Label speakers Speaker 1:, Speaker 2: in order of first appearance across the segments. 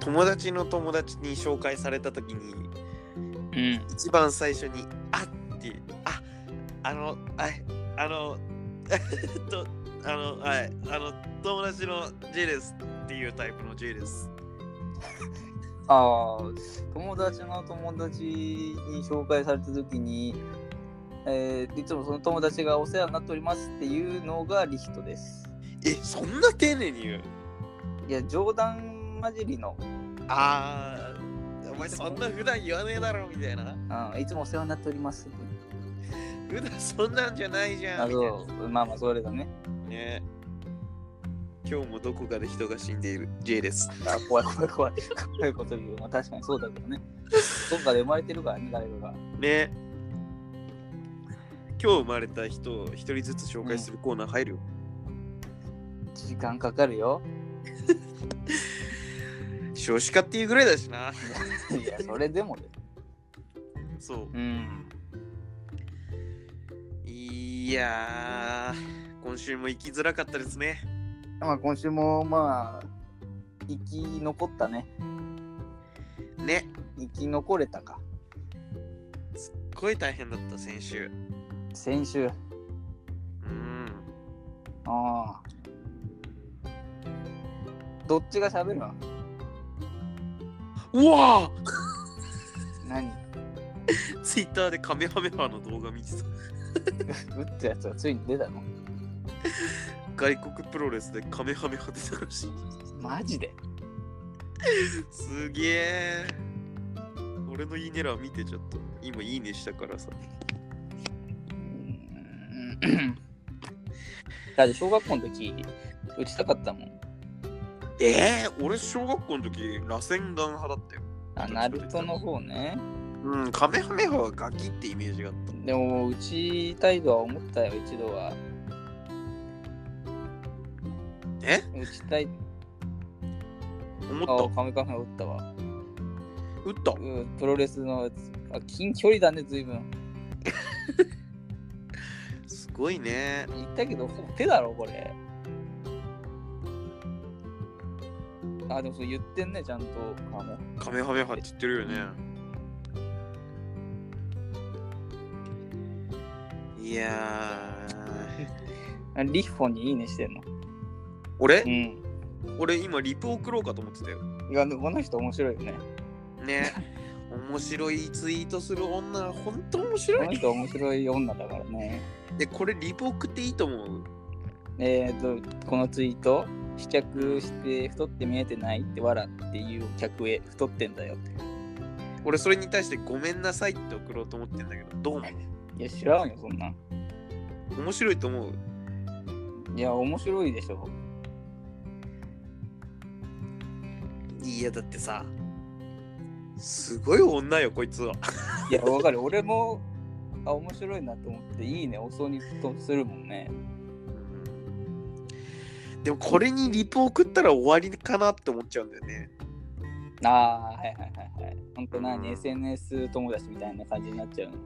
Speaker 1: 友達の友達に紹介された時に
Speaker 2: うん。
Speaker 1: 一番最初に「あっ」っていう「ああのああのとあのはいあの友達の J です」っていうタイプの J です
Speaker 2: ああ、友達の友達に紹介された時に、えーいつもその友達がお世話になっておりますっていうのがリヒトです。
Speaker 1: えそんな丁寧に言う
Speaker 2: いや、冗談交じりの、
Speaker 1: ああお前そんな普段言わねえだろみたいな
Speaker 2: うん、いつもお世話になっております。
Speaker 1: 普段そんなんじゃないじゃ
Speaker 2: あ
Speaker 1: んみたい
Speaker 2: そうまあまあ、それだね。
Speaker 1: なね今日もどこかで人が死んでいる J です
Speaker 2: あ怖い怖い怖い。怖いこと言う。まあ、確かにそうだけどね。どっかで生まれてるからね、誰かが。
Speaker 1: ね今日生まれた人を一人ずつ紹介するコーナー入るよ、
Speaker 2: 時間かかるよ。
Speaker 1: 少子化っていうぐらいだしない
Speaker 2: や、それでもね。
Speaker 1: そう
Speaker 2: うん。
Speaker 1: いやー、今週も行きづらかったですね。
Speaker 2: まあ、今週も、まあ、生き残ったね。
Speaker 1: ね、
Speaker 2: 生き残れたか。
Speaker 1: すっごい大変だった、先週。
Speaker 2: 先週。
Speaker 1: うん。
Speaker 2: ああ。どっちが喋るの
Speaker 1: うわ
Speaker 2: 何
Speaker 1: ーツイッターでカメハメハの動画見てた。
Speaker 2: 打ったやつがついに出たの
Speaker 1: 外国プロレスでカメハメハ出たらしい。
Speaker 2: マジです
Speaker 1: げえ。俺のいいねら見てちょっと。今いいねしたからさ。
Speaker 2: うーんだって小学校の時打ちたかったもん。
Speaker 1: えー、俺小学校の時、螺旋丸派だったよ。
Speaker 2: あ、ナルトの方ね。
Speaker 1: うん、カメハメハはガキってイメージがあった。
Speaker 2: でも、打ちたいとは思ったよ、一度は。
Speaker 1: え
Speaker 2: 打ちたい。
Speaker 1: 思
Speaker 2: あ、
Speaker 1: っ
Speaker 2: カメカメ打ったわ。
Speaker 1: た。打った
Speaker 2: う。ープロレスのやつ。あ、近距離だね、随分。
Speaker 1: すごいね。
Speaker 2: 言ったけど、ほぼ手だろ、これ。あ、でもそう言ってんね、ちゃんと。あもう
Speaker 1: カメハメハって言ってるよね。いや ー。
Speaker 2: あリッフォンにいいねしてんの。
Speaker 1: 俺
Speaker 2: うん。
Speaker 1: 俺今リプ送ろうかと思ってたよ。
Speaker 2: いや、でもこの人面白いよね。
Speaker 1: ね。面白いツイートする女、ほんと面
Speaker 2: こ
Speaker 1: 白
Speaker 2: の
Speaker 1: い。
Speaker 2: 人面白い女だからね。
Speaker 1: で、これリプ送っていいと思う
Speaker 2: えー、と、このツイート、試着して太って見えてないって笑っていう客へ太ってんだよって。
Speaker 1: 俺それに対してごめんなさいって送ろうと思ってんだけど、どう思
Speaker 2: いや、知らんよ、そんなん。
Speaker 1: う面白いと思う
Speaker 2: いや、面白いでしょ。
Speaker 1: いや、だってさ、すごい女よ、こいつは。
Speaker 2: いや、わかる。俺も、あ、面白いなと思って、いいね、おそうにとするもんね。
Speaker 1: でもこれにリプ送ったら終わりかなって思っちゃうんだよね。
Speaker 2: ああ、はいはいはいはい。ほんと何、
Speaker 1: うん
Speaker 2: SNS 友達みたいな感じになっちゃうの。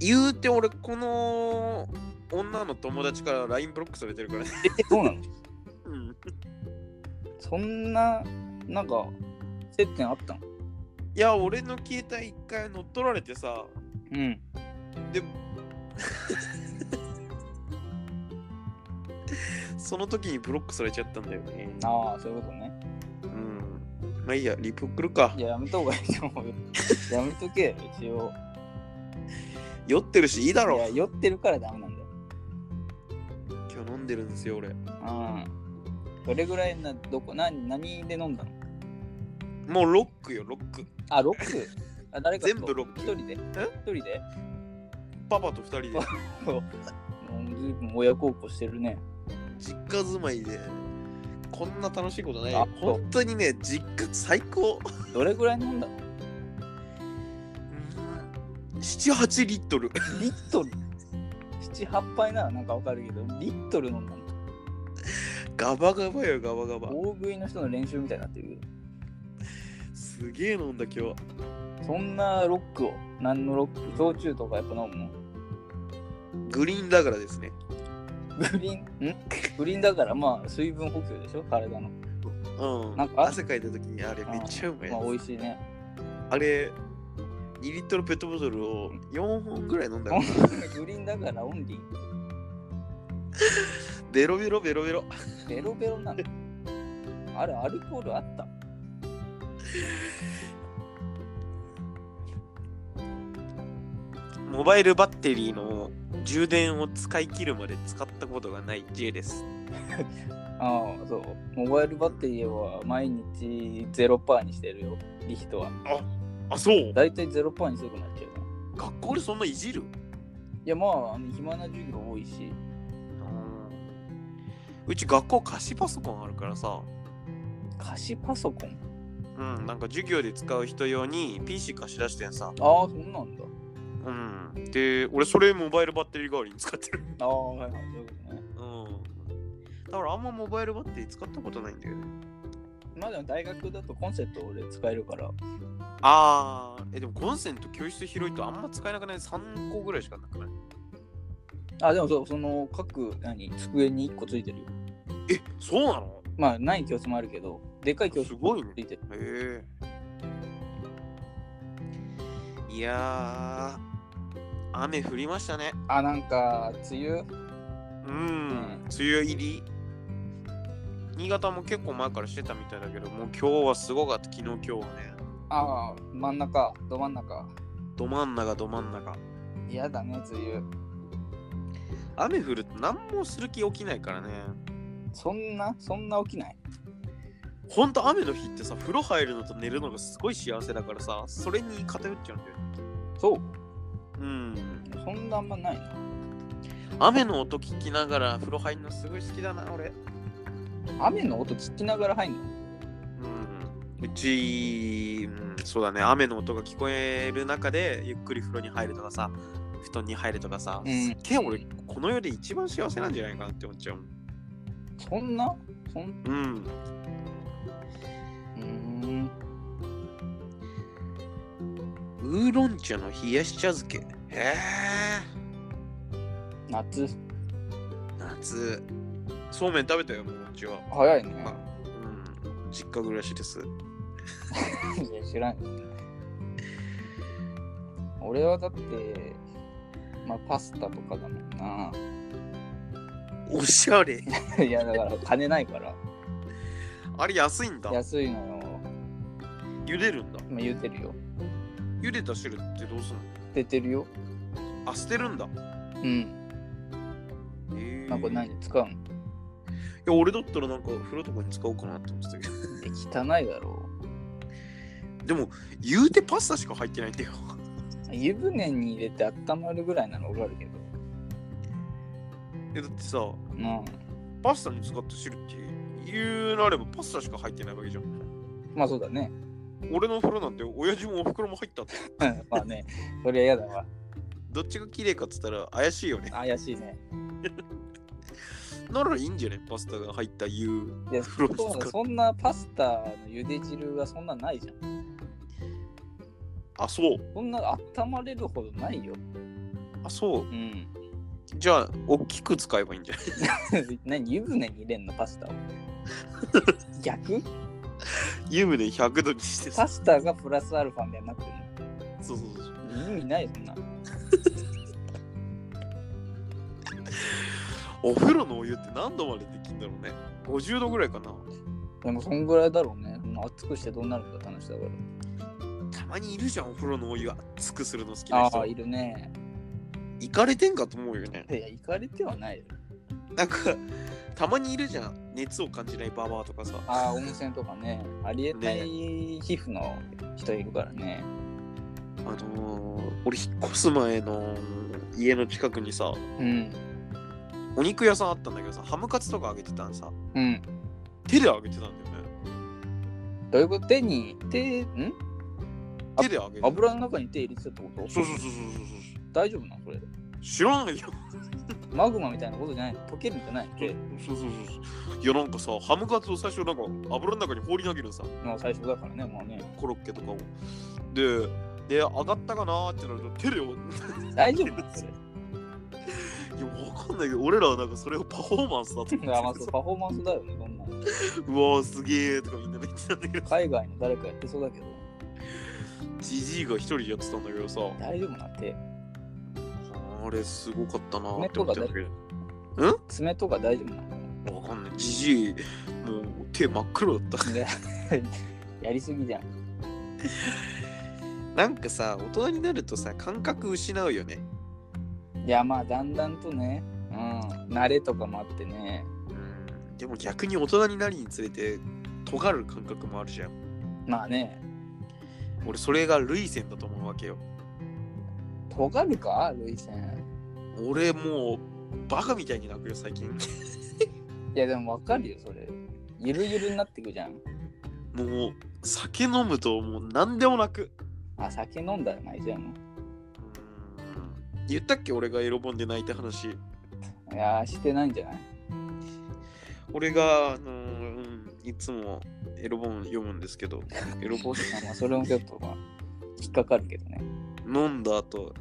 Speaker 1: 言うて俺この女の友達から LINE ブロックされてるからね。
Speaker 2: え、そうなの
Speaker 1: うん
Speaker 2: そんな、なんか、接点あったの
Speaker 1: いや俺の携帯一回乗っ取られてさ
Speaker 2: うん。
Speaker 1: その時にブロックされちゃったんだよね。
Speaker 2: ああ、そういうことね。
Speaker 1: うん、まあいいやリプ送るか
Speaker 2: い。や、やめた方がいいと 思うよ。やめとけよ、一応。
Speaker 1: 酔ってるしいいだ
Speaker 2: い
Speaker 1: ろ
Speaker 2: や、。酔ってるからダメなんだよ。
Speaker 1: 今日飲んでるんですよ俺。
Speaker 2: うん。どれぐらいな、どこ、何、何で飲んだの
Speaker 1: もうロックよロック。
Speaker 2: あ、ロック あ、誰かと
Speaker 1: 全部ロック
Speaker 2: 一人で一人で
Speaker 1: パパと二人で
Speaker 2: もう随分親孝行してるね。
Speaker 1: 実家住まいで。こんな楽しいことない
Speaker 2: あ
Speaker 1: よ。本当にね、実家最高。
Speaker 2: どれぐらい飲んだの
Speaker 1: 78リットル
Speaker 2: リットル7、8杯ならなんかわかるけど、リットル飲んだの
Speaker 1: ガバガバよガバガバ
Speaker 2: 大食いの人の練習みたいになってる
Speaker 1: すげえ飲んだ今日
Speaker 2: けどそんなロックを、何のロック、焼酎とかやっぱ飲むの
Speaker 1: グリーンだからですね
Speaker 2: グリーン、んグリーンだからまあ水分補給でしょ、体の。
Speaker 1: うん。
Speaker 2: なんか
Speaker 1: 汗かいた時にあれめっちゃうまいや
Speaker 2: まあ
Speaker 1: つ、
Speaker 2: 美味しいね。
Speaker 1: あれ、2リットルペットボトルを4本ぐらい飲んだよ。
Speaker 2: グリーンだからオンリー。
Speaker 1: ベロベロベロベロ。
Speaker 2: ベロベロなの。あれ、アルコールあった
Speaker 1: モバイルバッテリーの充電を使い切るまで使ったことがない J です。
Speaker 2: ああ、そう。モバイルバッテリーは毎日0%にしてるよ、リヒトは。
Speaker 1: あ、そう
Speaker 2: だいたい0%にするくなっちゃうな。
Speaker 1: 学校でそんないじる
Speaker 2: いや、まあ、あの暇な授業多いし。
Speaker 1: うち学校貸しパソコンあるからさ、
Speaker 2: 貸しパソコン
Speaker 1: うん、なんか授業で使う人用に PC 貸し出してんさ。
Speaker 2: ああ、そうなんだ。
Speaker 1: うん。で、俺それモバイルバッテリー代わりに使ってる。
Speaker 2: ああ、はいはい、そういうことね。
Speaker 1: うん。だからあんまモバイルバッテリー使ったことないんだよね。
Speaker 2: まあでも大学だとコンセント俺使えるから。
Speaker 1: あー、え、でもコンセント教室広いとあんま使えなくない ?3 個ぐらいしかなくない
Speaker 2: あ、でもそう、その各、何、机に1個ついてるよ。
Speaker 1: え、そうなの
Speaker 2: まあ、ない教室もあるけど、でっかい教室
Speaker 1: すごいね
Speaker 2: ついてる。
Speaker 1: へえ。いやー、雨降りましたね。
Speaker 2: あ、なんか、梅雨
Speaker 1: うん、梅雨入り。新潟も結構前からしてたみたいだけど、もう今日はすごかった、昨日今日はね。
Speaker 2: ああ、真ん中、ど真ん中。
Speaker 1: ど真ん中、ど真ん中。
Speaker 2: 嫌だね、梅雨。
Speaker 1: 雨降ると何もする気起きないからね。
Speaker 2: そんな、そんな起きない
Speaker 1: ほんと雨の日ってさ、風呂入るのと寝るのがすごい幸せだからさ、それに偏っちゃうんだよね。
Speaker 2: そう。
Speaker 1: うん。
Speaker 2: そんなあんまないな。
Speaker 1: 雨の音聞きながら風呂入るのすごい好きだな、俺。
Speaker 2: 雨の音聞きながら入んの
Speaker 1: うんうち、うんそうだね、雨の音が聞こえる中で、ゆっくり風呂に入るとかさ、布団に入るとかさ、
Speaker 2: うん
Speaker 1: すっげえ俺、この世で一番幸せなんじゃないかなって思っちゃうもん。
Speaker 2: そんなそん
Speaker 1: うん。
Speaker 2: うーん。
Speaker 1: ウーロン茶の冷やし茶漬け。へ
Speaker 2: 夏、
Speaker 1: え。夏。そうめん食べたよ、もううちは。
Speaker 2: 早いね。
Speaker 1: うん。実家暮らしです。
Speaker 2: いや知らん。俺はだって、まあ、パスタとかだもんな。
Speaker 1: おしゃれ。
Speaker 2: いや、だから金ないから。
Speaker 1: あれ安いんだ。
Speaker 2: 安いのよ。
Speaker 1: 茹でるんだ。
Speaker 2: まあ、言うてるよ。
Speaker 1: 茹でた汁ってどうすん
Speaker 2: 出てるよ。
Speaker 1: のあ、捨てるんだ。
Speaker 2: うん。
Speaker 1: へえ
Speaker 2: なんか
Speaker 1: い
Speaker 2: 何使うの
Speaker 1: や、俺だったらなんか風呂とかに使おうかなって思ってたけど。
Speaker 2: え汚いだろ
Speaker 1: でも言うてパスタしか入ってないんだよ。
Speaker 2: う。湯船に入れて温まるぐらいなの俺あるけど。
Speaker 1: えだってさ、
Speaker 2: うん。
Speaker 1: パスタに使った汁って言うなればパスタしか入ってないわけじゃん。
Speaker 2: まあそうだね。
Speaker 1: 俺のお風呂なんて親父もお袋も入ったって。
Speaker 2: まあね、そりゃ嫌だわ。
Speaker 1: どっちが綺麗かっつったら怪しいよね。
Speaker 2: 怪しいね。
Speaker 1: ならいいんじゃねパスタが入った言う。
Speaker 2: いや、
Speaker 1: 風呂に
Speaker 2: そう
Speaker 1: 使
Speaker 2: だ
Speaker 1: う
Speaker 2: そんなパスタの茹で汁はそんなないじゃん。
Speaker 1: あ、そう。
Speaker 2: そんな温まれるほどないよ。
Speaker 1: あ、そう。
Speaker 2: うん。
Speaker 1: じゃあ、大きく使えばいいんじゃない
Speaker 2: 何湯船に入れんのパスタを逆
Speaker 1: 湯船100度にしてさ
Speaker 2: パ。スタがプラスアルファみたいになって
Speaker 1: そうそうそう。
Speaker 2: るの意味ないそんな
Speaker 1: お風呂のお湯って何度までできんだろうね。50度ぐらいかな。
Speaker 2: でもそんぐらいだろうねそんな熱くしてどうなるんだって話だか
Speaker 1: たまにいるじゃん、お風呂のお湯熱くするの好き
Speaker 2: ら
Speaker 1: な
Speaker 2: ああ
Speaker 1: 人
Speaker 2: い。るね
Speaker 1: 行かれてんかと思うよね。
Speaker 2: いや行かれてはないよ
Speaker 1: なんか、たまにいるじゃん。熱を感じないババアとかさ。
Speaker 2: ああ温泉とかねありえない皮膚の人いるからね
Speaker 1: あのー、俺、引っ越す前の家の近くにさ、
Speaker 2: うん
Speaker 1: お肉屋さんあったんだけどさ、ハムカツとかあげてたんさ、
Speaker 2: うん
Speaker 1: 手であげてたんだよね。
Speaker 2: どういうこと手に手んあ
Speaker 1: 手であげてた。
Speaker 2: 油の中に手入れてたってこと
Speaker 1: そうそうそうそうそう
Speaker 2: 大丈夫なのそれ
Speaker 1: そう。知らないよ。
Speaker 2: マグマみたいなことじゃないの溶けるんじゃないの手
Speaker 1: そうそうそうそう。いや、なんかさ、ハムカツを最初、なんか油の中に放り投げるのさ、
Speaker 2: の最初だからねもうね
Speaker 1: コロッケとかを。 で、で、上がったかなーってなると、手で、
Speaker 2: 大丈夫なのそれ
Speaker 1: いや、わかんないけど、俺らはなんかそれをパフォーマンスだと思って
Speaker 2: いや まあそうパフォーマンスだよね、そんなの。
Speaker 1: うわーすげえとかみんなめっちゃやってたんだけど、
Speaker 2: 海外の誰かやってそうだけど、
Speaker 1: ジジイが一人でやってたんだけどさ、
Speaker 2: 大丈夫なって。
Speaker 1: あれすごかったなーって
Speaker 2: 猫
Speaker 1: 思っ
Speaker 2: が
Speaker 1: て
Speaker 2: ね
Speaker 1: たんだけ
Speaker 2: 爪とか大丈夫な
Speaker 1: ど、わかんない。ジジイ、もう手真っ黒だった。
Speaker 2: のねやりすぎじゃん。
Speaker 1: なんかさ、大人になるとさ、感覚失うよね。
Speaker 2: いや、まあ、だんだんとね、うん、慣れとかもあってね。
Speaker 1: うんでも逆に大人になりにつれて、尖る感覚もあるじゃん。
Speaker 2: まあね、
Speaker 1: 俺、それが類線だと思うわけよ。
Speaker 2: 尖るか、類線。
Speaker 1: 俺、もう、バカみたいに泣くよ、最近。
Speaker 2: いや、でもわかるよ、それ。ゆるゆるになってくじゃん。
Speaker 1: もう、酒飲むと、もう何でも泣く。
Speaker 2: あ、酒飲んだらないじゃん。
Speaker 1: うん言ったっけ俺がエロ本で泣いた話。
Speaker 2: いや、してないんじゃない
Speaker 1: 俺が、あのーうんいつもエロ本読むんですけ ど、エロ本
Speaker 2: まあまあ、それもちょっと、まあ、引っかかるけどね。
Speaker 1: 飲んだ後、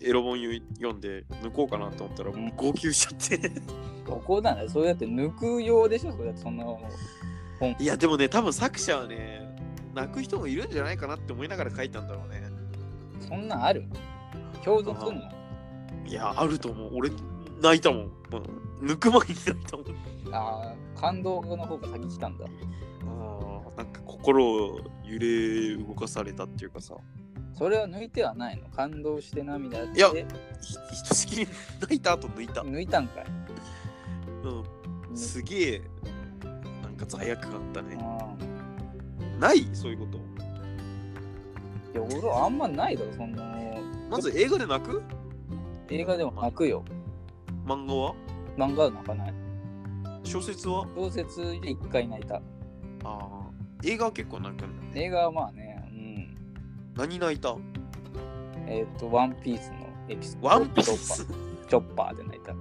Speaker 1: エロ本ゆ読んで抜こうかなと思ったら、もう号泣しちゃって。
Speaker 2: どこだね、それだって抜く用でしょ、それだってそんなも
Speaker 1: いや、でもね、多分作者はね、泣く人もいるんじゃないかなって思いながら書いたんだろうね。
Speaker 2: うそんなんある共存すんの
Speaker 1: いや、あると思う。俺、泣いたもん。まあ抜く前に泣いたもん。
Speaker 2: ああ、感動の方が先来たんだ。
Speaker 1: あーなんか心を揺れ動かされたっていうかさ、
Speaker 2: それは抜いてはないの感動して涙して。
Speaker 1: いやひひとしきり泣いた後抜いた。
Speaker 2: 抜いたんかい。
Speaker 1: うん、すげえなんか罪悪感あった
Speaker 2: うん、い
Speaker 1: ね。ないそういうこと。
Speaker 2: や、俺はあんまないだろ、そんな。
Speaker 1: まず映画で泣く
Speaker 2: 映画でも泣くよ。
Speaker 1: 漫画は
Speaker 2: 漫画は泣かない。
Speaker 1: 小説は
Speaker 2: 小説で一回泣いた。
Speaker 1: あー映画は結構泣くんだよね。
Speaker 2: 映画はまあね、うん。
Speaker 1: 何泣いた
Speaker 2: えっ、と、ワンピースのエピソード。
Speaker 1: ワンピース
Speaker 2: チョッパーで泣いた。
Speaker 1: ね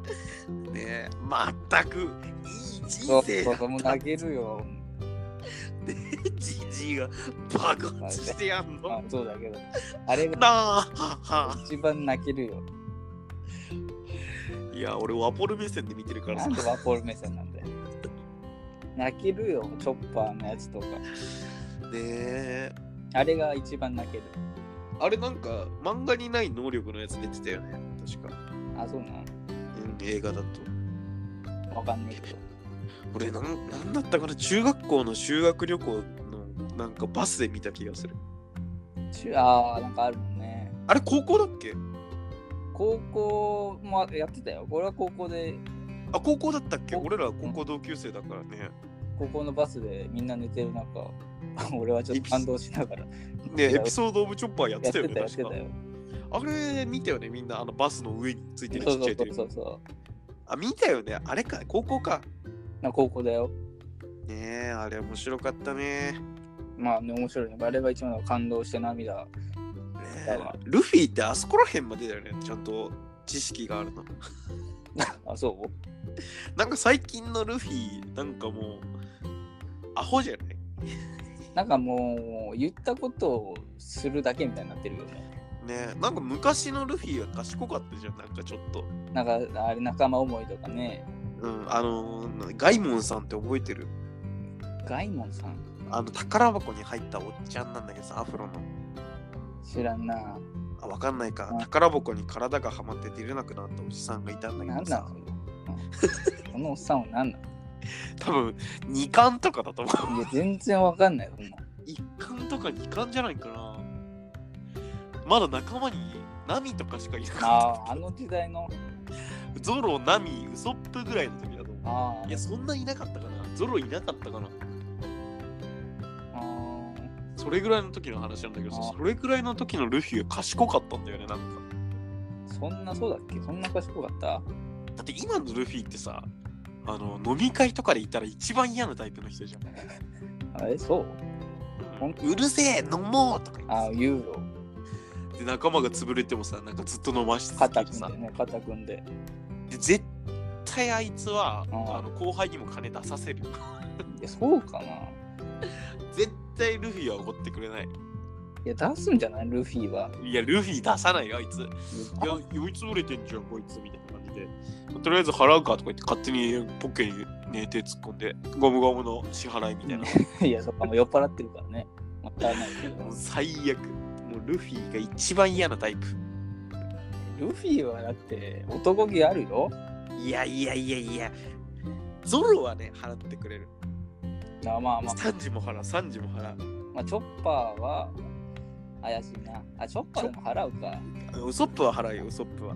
Speaker 1: え、まったくいい
Speaker 2: そ
Speaker 1: 人
Speaker 2: う
Speaker 1: 生
Speaker 2: そう
Speaker 1: だ
Speaker 2: そう、もう泣けるよ。
Speaker 1: じじいが爆発してやん
Speaker 2: まあ
Speaker 1: の。、
Speaker 2: そうだけど。あれが
Speaker 1: なあはは
Speaker 2: 一番泣けるよ。
Speaker 1: いや、俺ワポル目線で見てるから
Speaker 2: な
Speaker 1: さ
Speaker 2: ん。でワポール目線なんだよ。泣けるよ、チョッパーのやつとか。
Speaker 1: ねえ。
Speaker 2: あれが一番泣ける。
Speaker 1: あれなんか漫画にない能力のやつ出てたよね。確か。
Speaker 2: あ、そう
Speaker 1: う
Speaker 2: な
Speaker 1: ん、映画だと。
Speaker 2: のわかんないけど。
Speaker 1: 俺なんなんだったかな中学校の修学旅行のなんかバスで見た気がする
Speaker 2: 中あー、なんかあるもんね。
Speaker 1: あれ高校だっけ
Speaker 2: 高校もやってたよ。俺は高校で、
Speaker 1: あ高校だったっけ
Speaker 2: お
Speaker 1: 俺ら高校同級生だからね
Speaker 2: 高校のバスでみんな寝てる中、 俺はちょっと感動しながら。
Speaker 1: ねエピソード・オブ・チョッパーやっ
Speaker 2: や
Speaker 1: て
Speaker 2: った
Speaker 1: よね
Speaker 2: てたよ、やって
Speaker 1: 確
Speaker 2: た
Speaker 1: か
Speaker 2: よ。
Speaker 1: あれ見たよねみんなあのバスの上についてる
Speaker 2: そ
Speaker 1: ちっ
Speaker 2: う
Speaker 1: ちゃ
Speaker 2: そ
Speaker 1: いうテレ
Speaker 2: そう
Speaker 1: ビ
Speaker 2: そうそう。
Speaker 1: あ見たよねあれか高校か
Speaker 2: な高校だよ。
Speaker 1: ねえあれ面白かったね
Speaker 2: まあね、面白いね。あれが一番感動して涙。
Speaker 1: ね
Speaker 2: だ
Speaker 1: え
Speaker 2: わ
Speaker 1: ルフィってあそこら辺までだよねちゃんと知識があるの
Speaker 2: あ、そう
Speaker 1: なんか最近のルフィなんかもうアホじゃない
Speaker 2: なんかもう、言ったことをするだけみたいになってるよね。
Speaker 1: ねなんか昔のルフィは賢かったじゃんなんかちょっと
Speaker 2: なんかあれ仲間思いとかね。
Speaker 1: うんあのーガイモンさんって覚えてる
Speaker 2: ガイモンさん
Speaker 1: あの宝箱に入ったおっちゃんなんだけどさアフロの
Speaker 2: 知らんな。
Speaker 1: あわかんないか
Speaker 2: うん
Speaker 1: 宝箱に体がはまって出れなくなったおじさんがいたんだけ
Speaker 2: なん
Speaker 1: ど
Speaker 2: な
Speaker 1: さ
Speaker 2: のこのおっさんは何な
Speaker 1: 多分2巻とかだと思う
Speaker 2: のいや、全然わかんないよ、そんな。
Speaker 1: 1巻とか2巻じゃないかなまだ仲間にナミとかしかいなか
Speaker 2: ああ、あの時代の。
Speaker 1: ったゾロナミウソップぐらいの時だと思
Speaker 2: あ
Speaker 1: う
Speaker 2: ー
Speaker 1: いやそんないなかったかなゾロいなかったかな
Speaker 2: あ
Speaker 1: それぐらいの時の話なんだけどさ
Speaker 2: あ
Speaker 1: それぐらいの時のルフィが賢かったんだよねなんか
Speaker 2: ー、そんなそうだっけそんな賢かった
Speaker 1: だって今のルフィってさあの飲み会とかでいたら一番嫌なタイプの人じゃん、
Speaker 2: あれそうほん
Speaker 1: うるせえ飲もうとか言
Speaker 2: あ
Speaker 1: っ
Speaker 2: あ、
Speaker 1: て
Speaker 2: ユーロ。
Speaker 1: さで仲間が潰れてもさなんかずっと飲まし続け
Speaker 2: 肩
Speaker 1: て
Speaker 2: 組ん
Speaker 1: さ
Speaker 2: でね、肩組んで。
Speaker 1: で絶対あいつは
Speaker 2: あ
Speaker 1: あの後輩にも金出させる
Speaker 2: いや、そうかな。い
Speaker 1: 絶対ルフィは怒ってくれない
Speaker 2: や、出すんじゃないルフィは。
Speaker 1: いやルフィ出さないよあいつい
Speaker 2: いや
Speaker 1: や酔いつぶれてんじゃんこいつみたいな感じで、とりあえず払うかとか言って、勝手にポッケに、ね、手突っ込んで、ゴムゴムの支払いみたいな。
Speaker 2: いや、そっか、もう酔っ払ってるからね。またないけど
Speaker 1: もう。最悪。もうルフィが一番嫌なタイプ。
Speaker 2: ルフィはだって男気あるよ。
Speaker 1: いやいやいやいや。ゾロはね、払ってくれる。
Speaker 2: まあま あまあ、
Speaker 1: サンジも払う、サンジも払う。
Speaker 2: まあ、チョッパーは怪しいな。あ、チョッパーでも払うか。
Speaker 1: あのウソップは払うよ、ウソップは。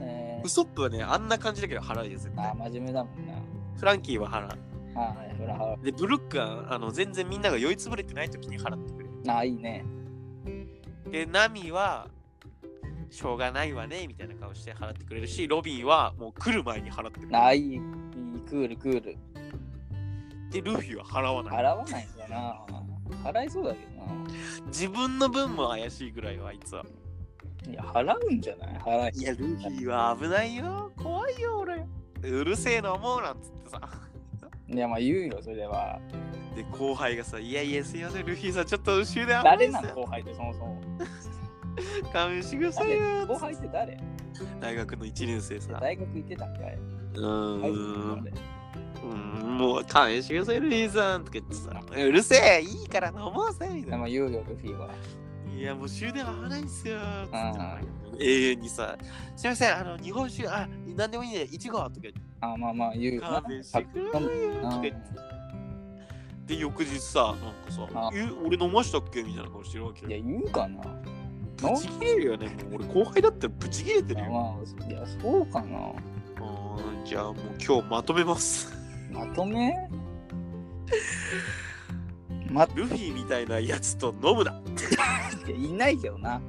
Speaker 2: え
Speaker 1: ウソップはね、あんな感じだけど払うよ、絶
Speaker 2: ー、あ
Speaker 1: 対
Speaker 2: ー。真面目だもんな。
Speaker 1: フランキーは払う。
Speaker 2: あー、ほら、払
Speaker 1: で、ブルックはあの全然みんなが酔いつぶれてない時に払ってくれる。
Speaker 2: う。あー、いいね。
Speaker 1: で、ナミは、しょうがないわね、みたいな顔して払ってくれるし、ロビンはもう来る前に払ってくれる。
Speaker 2: あー、いい、いい、クール、クール。
Speaker 1: で、ルフィは払わない。
Speaker 2: 払わないんだな。払いそうだけどな。
Speaker 1: 自分の分も怪しいぐらいよ、あいつは。
Speaker 2: いや、払うんじゃない払い。
Speaker 1: いや、ルフィは危ないよ。怖いよ、俺。うるせえのもうなんつってさ。
Speaker 2: いや、まあ言うよ、それは。
Speaker 1: で、後輩がさ、いやいや、すいません、ルフィさん、ちょっと終電危ない
Speaker 2: 誰
Speaker 1: っす
Speaker 2: な
Speaker 1: よ
Speaker 2: の後輩ってそもそも。
Speaker 1: 勘弁してください
Speaker 2: 誰後
Speaker 1: よ。
Speaker 2: 輩って誰
Speaker 1: 大学の1年生さ。
Speaker 2: 大学行ってたんかい。
Speaker 1: う
Speaker 2: あいつ
Speaker 1: ー
Speaker 2: なん
Speaker 1: ん。
Speaker 2: で
Speaker 1: うんもう勘弁してください、ルフィさん。とか言ってさ、うるせえ、いいから飲もうぜ、みたい
Speaker 2: ま
Speaker 1: な。
Speaker 2: あ言うよ、ルフィは。
Speaker 1: いや、もう終電危ないんすよ。つって永遠にさ、すいません、あの、日本酒、あ、なんでもいいね、いちごとか言って、
Speaker 2: あー、まあまあ言うよな。
Speaker 1: 勘弁してくださいよ。とか言ってで、翌日さ、なんかさ
Speaker 2: あ、
Speaker 1: え、俺飲ましたっけみたいな顔してるわけ
Speaker 2: いや、
Speaker 1: よ。
Speaker 2: 言うかな。
Speaker 1: ブチ切れるよね。もう俺、後輩だったらブチ切れてるよ。
Speaker 2: まあ、いや、そうかな。
Speaker 1: うーんじゃあもう今日まとめます。
Speaker 2: まと めまっ
Speaker 1: ルフィみたいなやつと飲むな。
Speaker 2: ていないけどな。